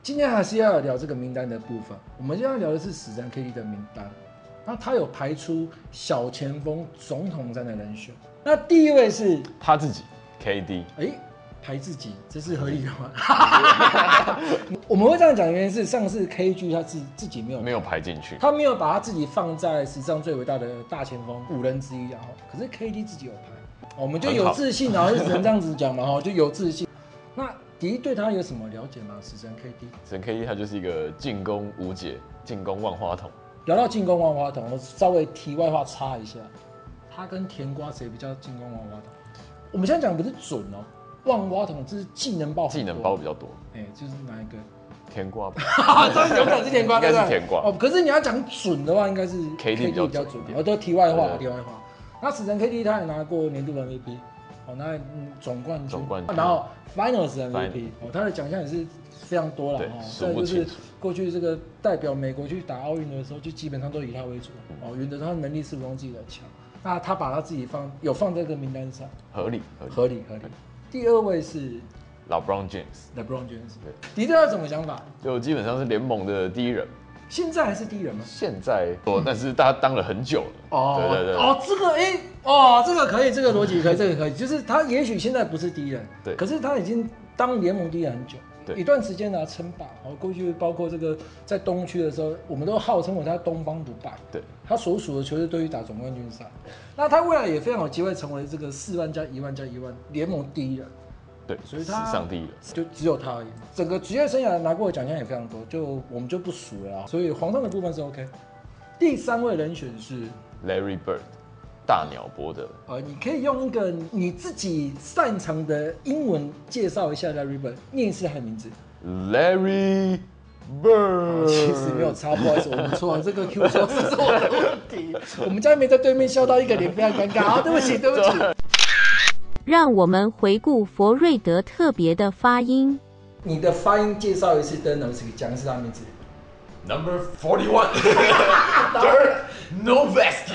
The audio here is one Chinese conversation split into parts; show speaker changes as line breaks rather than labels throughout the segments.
今天还是要聊这个名单的部分。我们今天要聊的是史丹 K D 的名单，那他有排出小前锋总统战的人选。那第一位是
他自己 KD
哎、排自己，这是合理的吗？我们会这样讲，原因是上次 KG 他自自己没有
没有排进去，
他没有把他自己放在史上最伟大的大前锋五人之一啊。可是 KD 自己有排，我们就有自信啊，就只能这样子讲嘛哈，就有自信。那迪对他有什么了解吗？史神 KD
整 KD 他就是一个进攻无解、进攻万花筒。
聊到进攻万花筒，我稍微题外话插一下，他跟甜瓜谁比较进攻万花筒？我们现在讲不是准哦，万花筒这是技能包，
技能包，比较多，
哎、就是哪一个？
甜 瓜吧
啊，当然有可能是甜瓜，
应该是
对不对
甜瓜
哦。可是你要讲准的话，应该是
KD 比较准
准
一。点
我都题外话
对，对
题外话。那史神 KD 他也拿过年度 MVP，哦，那嗯总冠军，
总冠军
然后 Finals MVP，
Finals
哦，他的奖项也是非常多了
对
哦。
数
再来
不
就是
清楚
过去这个代表美国去打奥运的时候，就基本上都以他为主
嗯
哦。原则上他能力是不用自己的强，那他把他自己放有放在这个名单上，
合理合理。
合理合理。第二位是
老 Brown James
LeBron James，
对
你对他有什么想法？
就基本上是联盟的第一人，
现在还是第一人吗？
现在哦，但是他当了很久了。
嗯哦，
对对对
哦，这个哎、哦，这个可以，这个逻辑可以，这个可以，就是他也许现在不是第一人，
对
可是他已经当联盟第一人很久，
对
一段时间呢称霸，然后过去包括这个在东区的时候，我们都号称为他东方不败，
对，
他所属的球队都去打总冠军赛，那他未来也非常有机会成为这个四万加一万加一万联盟第一人，
对，
所以
史
他
上第一人。
就只有他而已，整个职业生涯拿过的奖项也非常多，就我们就不数了啊，所以皇上的部分是 OK，第三位人选是
Larry Bird，大鸟波的
呃，你可以用一个你自己擅长的英文介绍一下 Larry Bird，念一次他的名字。
Larry Bird，
哦其实没有差，不好意思，我们错了，这个 Q 说是我的问题。我们家没在对面笑到一个脸非常尴尬，好，对不 起，对不起。
让我们回顾佛瑞德特别的发音。
你的发音介绍一次 d e n o s 讲一次他名字。
Number Forty One，Dirk Nowitzki。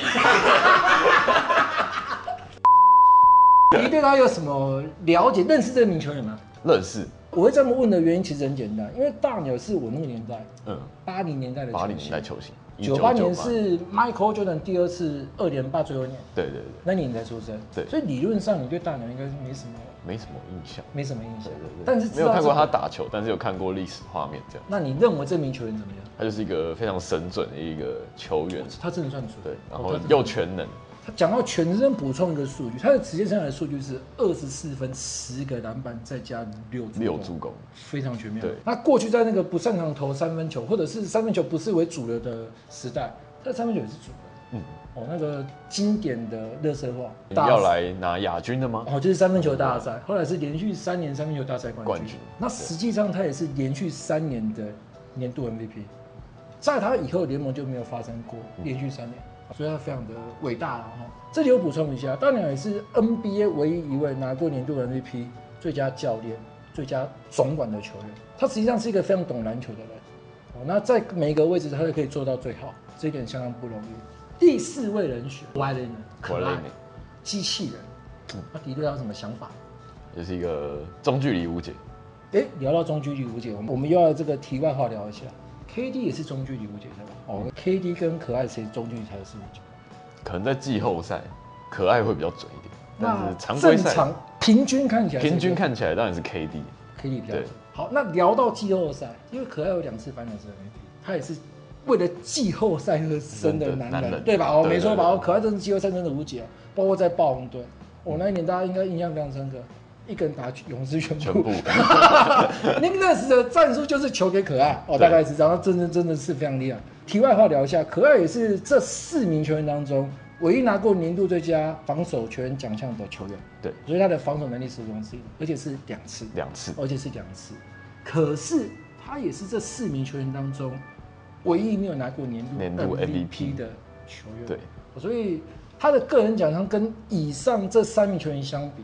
你对他有什么了解、认识这个名球员吗？
认识，
我会这么问的原因其实很简单，因为大鸟是我那个年代，
嗯，
八零年代的球
八
星，
零年代球星，
九八年
1998，
是 Michael Jordan 第二次二连霸最后一年。
对对对，
那年你才出生，
对
所以理论上你对大鸟应该是没什么
没什么印象。
没什么印象
对对，对，
但是知
没
道
有看过
这个
他。打球，但是有看过历史画面这样。
那你认为这名球员怎么样？
他就是一个非常神准的一个球员，
他真的算准，
对，然
哦
后
他真的
又全能，
他讲到全身补充一个数据，他的职业生涯的数据是二十四分、十个篮板，再加六助攻
六助攻，
非常全面。
对
那过去在那个不擅长投三分球，或者是三分球不是为主流的时代，他的三分球也是主流。
嗯，
哦，那个经典的热身化，
你
大
要来拿亚军的吗？
哦，就是三分球大赛，后来是连续三年三分球大赛冠军。
冠军
那实际上他也是连续三年的年度 MVP，在他以后联盟就没有发生过
嗯
连续三年，所以他非常的伟大了哈。这里我补充一下，大鸟也是 NBA 唯一一位拿过年度 MVP、最佳教练、最佳总管的球员。他实际上是一个非常懂篮球的人，哦，那在每一个位置他都可以做到最好，这一点相当不容易。第四位人选 w i l e n 可爱
Wiley
机器人，那迪对他有什么想法？
就是一个中距离无解，
哎，聊到中距离无解，我们我们又要这个题外话聊一下。KD 也是中距离无解的吧？哦，KD 跟可爱谁中距离才是无解？
可能在季后赛，可爱会比较准一点，但
那
是常规
正
赛
常平均看起来是
平均看起来当然是 KD，
KD 比较
对
好。那聊到季后赛，因为可爱有两次反转是 MVP，他也是为了季后赛而生的男
男
人，
人
对吧？哦，
对
没错
对
吧？
对
哦，可爱真是季后赛真的无解、啊，包括在暴龙队，我、那一年大家应该印象非常深刻，一个人打勇士全部
全 部
Nicholas 的战术就是球给可爱哦，
对
大概是这样，他真的真的是非常厉害。题外话聊一下，可爱也是这四名球员当中唯一拿过年度最佳防守球员奖项的球员，
对
所以他的防守能力是毋庸置疑的，而且是两次，
两次，
而且是两次。可是他也是这四名球员当中唯一没有拿过年度
年度
MVP
MVP
的球员，哦
对，
所以他的个人奖项跟以上这三名球员相比，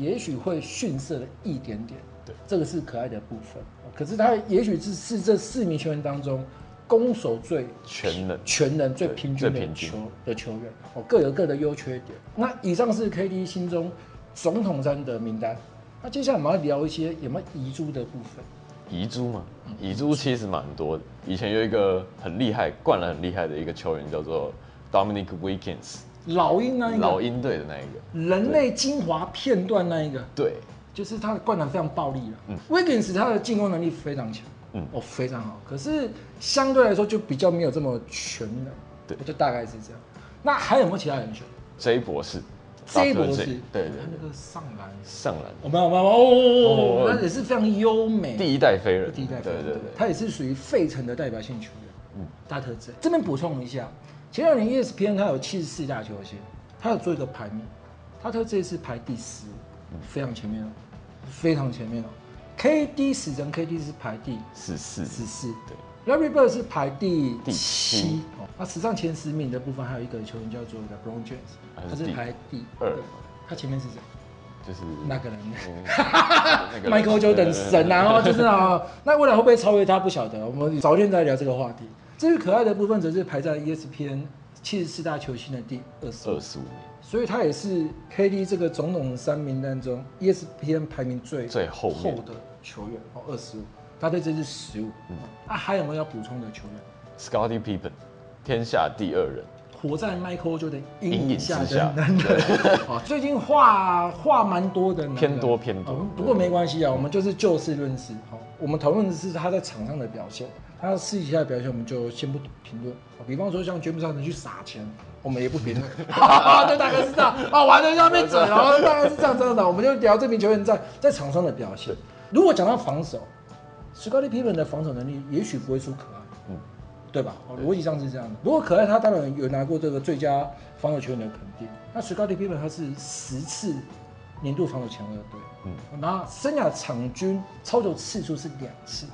也许会逊色了一点点。
对，
这个是可爱的部分。哦可是他也许是是这四名球员当中攻守最
全能
全能、最
对
平均
最
的
平均
球的球员，哦，各有各的优缺点。那以上是 KD 心中总统战的名单。那接下来我们要聊一些有没有遗珠的部分。
遗珠嘛，遗珠其实蛮多的。以前有一个很厉害、灌篮很厉害的一个球员叫做 Dominic Weekins，
老鹰那一
老
个
鹰队的那一个。
人类精华片段那一个，
对，
就是他的灌篮非常暴力了。Wiggins 他的进攻能力非常强，
嗯
哦非常好，可是相对来说就比较没有这么全能，
对
就大概是这样。那还有没有其他人选？
，J 博士
这一
Dr.
波是
J，对对
他
对，
那个上篮，
上篮
我们我们哦，
哦
那也是非常优美，
第一代飞人，
第一代，
对对对，
他也是属于费城的代表性球员，嗯，大特征。这边补充一下，前两年 E ESPN 它有七十四大球星，它有做一个排名，他特这一次排第十，非常前面了，非常前面了。KD 死神 KD 是排第
十四
十四，
对。
Larry Bird 是排第
第
七
七，
哦那史上前十名的部分还有一个球员叫做 LeBron James，
还
他
是
是
第
排第
二
他前面是谁？
就是
那个人
嗯那个人
Michael Jordan
对对对
神啊，然后就是啊，那未来会不会超越他不晓得，我们早点再聊这个话题。至于可爱的部分，则是排在 E ESPN 七十四大球星的第二十，
二十五名
所以他也是 KD 这个总统三名单中，E ESPN 排名最
最后面嗯
的球员哦，二十五，他对这是十五。那还有没有要补充的球员？
，Scotty Pippen，天下第二人，
活在 Michael Jordan 阴
阴
影
影
下
之
的
下
男 人，哦，最近话话蛮多的男人，
偏多偏多
哦不过没关系啊，我们就是就事论事。好，我们讨论的是他在场上的表现，他私底下的表现我们就先不评论。哦比方说像詹姆斯能去撒钱，我们也不评 论。就大概是这样。哦，完了要被嘴了，哦大概是这样这样的。我们就聊这名球员在在场上的表现。如果讲到防守，史高利皮本的防守能力也许不会输可爱。对吧？哦逻辑上是这样的。不过可爱他当然有拿过这个最佳防守球员的肯定。那史高利·皮本他是十次年度防守前二队，嗯，那生涯场均操球次数是两次，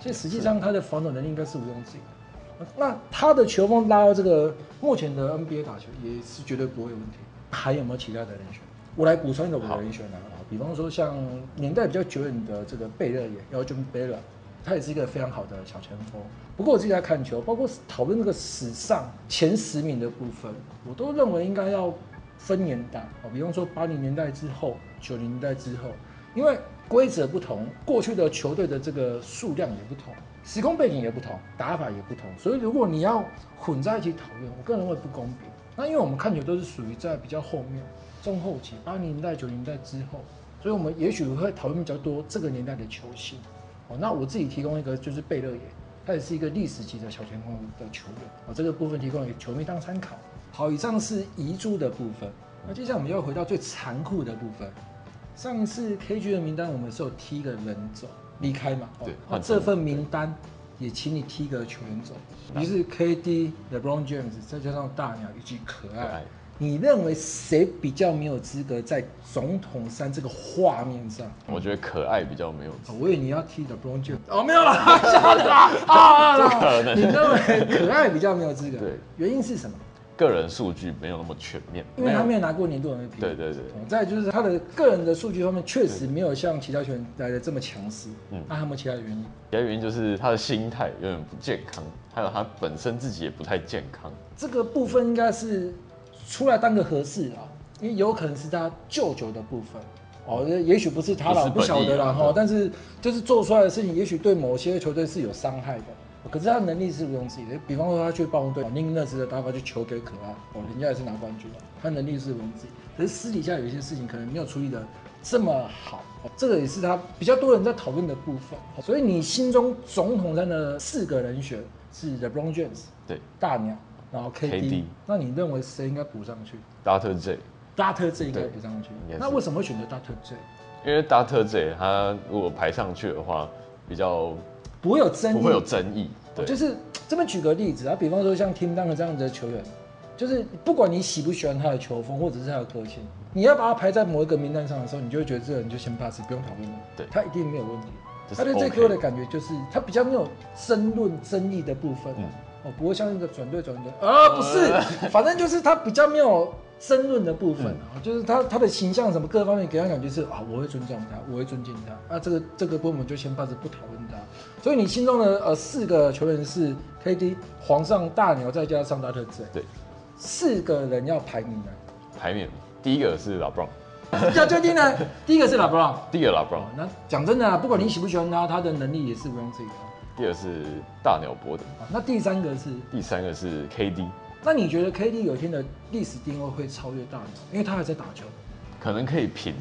所以实际上他的防守能力应该是毋庸置疑的。那他的球风拉到这个目前的 NBA 打球也是绝对不会有问题。还有没有其他的人选？我来补充一个我的人选啊，比方说像年代比较久远的这个贝勒也，然后 John 贝勒，他也是一个非常好的小前锋。不过我自己在看球，包括讨论那个史上前十名的部分，我都认为应该要分年代哦，比方说八零年代之后、九零年代之后，因为规则不同，过去的球队的这个数量也不同，时空背景也不同，打法也不同，所以如果你要混在一起讨论，我个人认为不公平。那因为我们看球都是属于在比较后面、中后期，八零年代、九零年代之后，所以我们也许会讨论比较多这个年代的球星。哦，那我自己提供一个就是贝勒爷，他也是一个历史级的小前锋的球员。哦，这个部分提供给球迷当参考。好，以上是遗珠的部分。那接下来我们要回到最残酷的部分。上一次 KG 的名单我们是有踢一个人走离开嘛？哦
对
那
换成
这份名单也请你踢一个球员走。于是 KD、LeBron James 再加上大鸟以及可
可
爱
爱，
你认为谁比较没有资格在总统山这个画面上？
我觉得可爱比较没有
哦我以为你要踢的 Brown James 哦，没有啦， 笑的啦啊啊！啊你认为可爱比较没有资格？
对，
原因是什么？
个人数据没有那么全面，
因为他没
有
有拿过年度 MVP。
对对对
哦再来就是他的个人的数据方面确实没有像其他球员来的这么强势。嗯
嗯，
那还有没有其他的原因？
其他原因就是他的心态有点不健康，还有他本身自己也不太健康。
这个部分应该是出来当个合适啊，因为有可能是他舅舅的部分。哦，也也许不是他
不
啦，
是
我不晓得
本意
啦
啊
哈
对。
但是就是做出来的事情，也许对某些球队是有伤害的。哦可是他的能力是毋庸置疑的，比方说他去暴龙队，哦宁那时的打法去球给可爱，哦，人家也是拿冠军的，他能力是毋庸置疑。可是私底下有一些事情可能没有处理的这么好、哦这个也是他比较多人在讨论的部分。哦所以你心中总统战的四个人选是 LeBron James、
对
大鸟，然后 KD，,
KD
那你认为谁应该补上去？
，Dr. J，
大特 J 应该补上去
应该，是
那为什么会选择大特 J？
因为 Dr. J 他如果排上去的话，比较
不会有争议，
不会有争议。对，
就是这边举个例子啊，比方说像 Tim Duncan 这样子的球员，就是不管你喜不喜欢他的球风或者是他的个性，你要把他排在某一个名单上的时候，你就会觉得这个人就先 pass，不用讨论了。
对
他一定没有问题。
这
他
是
对这
OK
颗的感觉就是他比较没有争论争议的部分，
嗯呃
哦，不会像那个转队转队，啊，不是，反正就是他比较没有争论的部分
嗯
啊，就是他他的形象什么各方面给他感觉是啊，我会尊重他，我会尊敬他，啊，这个这个部分我们就先暂时不讨论他。所以你心中的呃四个球员是 KD、皇上、大牛，再加上大特 J，
对，
四个人要排名呢、
排名第一个是 LeBron，
要确定呢， 第一个是拉布朗。
第二 LeBron，
那讲真的啊，不管你喜不喜欢他，他的能力也是毋庸置疑的。
第二是大鸟波的，
啊那第三个是，
第三个是 KD，
那你觉得 KD 有一天的历史定位会超越大牛？因为他还在打球。
可能可以平，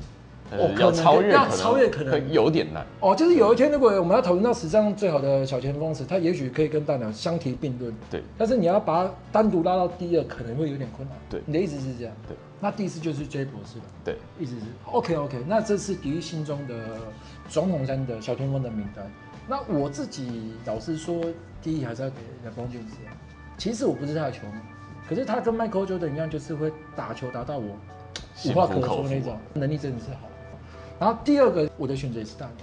但
哦
是
可
要
能
超越，
要
可能
超越可能
会有点难。
哦，就是有一天，如果我们要讨论到史上最好的小前锋时，他也许可以跟大鸟相提并论。
对，
但是你要把它单独拉到第二，可能会有点困难。
对
你的意思是这样。
对，
那第四就是 J 博士了，
对，
意思是 OK OK。那这是迪一心中的总统山的小前锋的名单。那我自己老实说，第一还是要给两方俊子。其实我不是他的球迷，可是他跟 Michael Jordan 一样，就是会打球打到我无
心
话
服
可
口
说
服
那种，能力真的是好。然后第二个，我的选择也是大牛。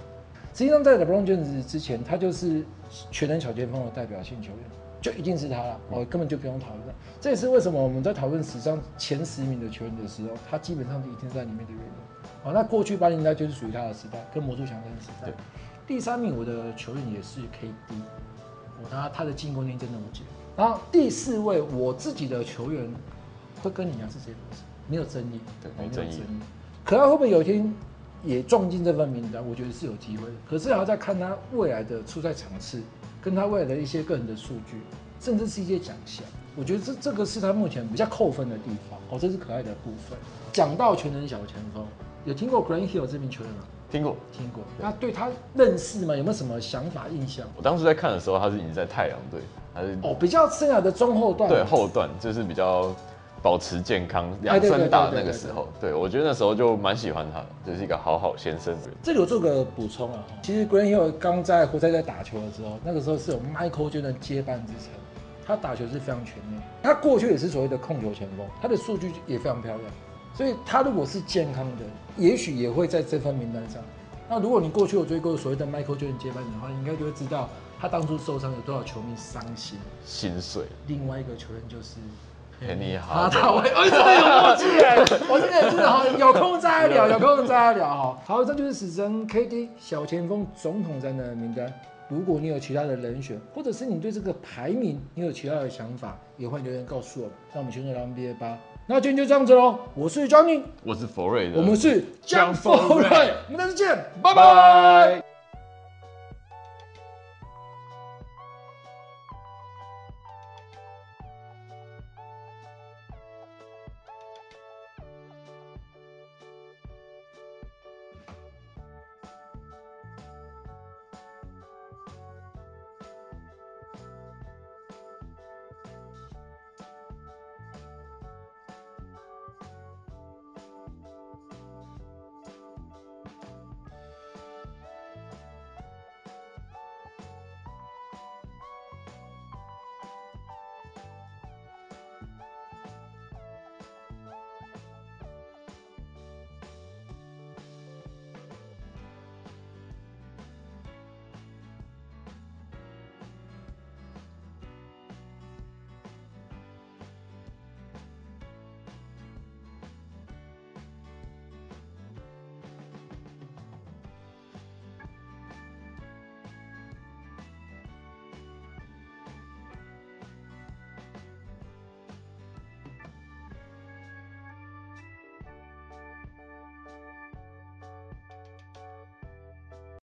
实际上，在 LeBron James 之前，他就是全能小前锋的代表性球员，就一定是他了，哦，根本就不用讨论了。这也是为什么我们在讨论史上前十名的球员的时候，他基本上就一定在里面的原因。哦，那过去八零年代就是属于他的时代，跟魔术强森的时代
对。
第三名我的球员也是 KD，哦，他他的进攻力真的无解。然后第四位我自己的球员会跟你一样是谁？没有争议，
对
哦
没争议
可他会不会有一天也撞进这份名单？我觉得是有机会的。可是还要再看他未来的出赛场次，跟他未来的一些个人的数据，甚至是一些奖项。我觉得这这个是他目前比较扣分的地方。哦，这是可爱的部分。讲到全能小前锋，有听过 Grant Hill 这名球员吗？
听过。
听过。那对他认识吗？有没有什么想法、印象？
我当时在看的时候，他是已经在太阳队，还是
哦，比较生涯的中后段。
对后段，就是比较保持健康、
哎
养
对对
生打
对对
的那个
对
时候。对，我觉得那时候就蛮喜欢他的，就是一个好好先生。
这里我做个补充啊，其实 Grant Hill 刚在活塞在打球的时候，那个时候是有 Michael Jordan 接班之称，他打球是非常全面，他过去也是所谓的控球前锋，他的数据也非常漂亮，所以他如果是健康的，也许也会在这份名单上。那如果你过去有追过所谓的 Michael Jordan 接班人的话，你应该就会知道他当初受伤有多少球迷伤心。
心碎，哎
另外一个球员就是。
Penny
哈
Hardaway
大卫，哎，真的有默契哎！我这个真的好，有空再来聊，有空再来聊哈。好，这就是史称 KD 小前锋总统战的名单。如果你有其他的人选，或者是你对这个排名你有其他的想法，也欢迎留言告诉我们。那我们先说聊 NBA 吧。那今天就这样子喽，我是 Johnny，
我是佛瑞的，
我们是
江
江峰
峰瑞
瑞，我们下次见，拜拜。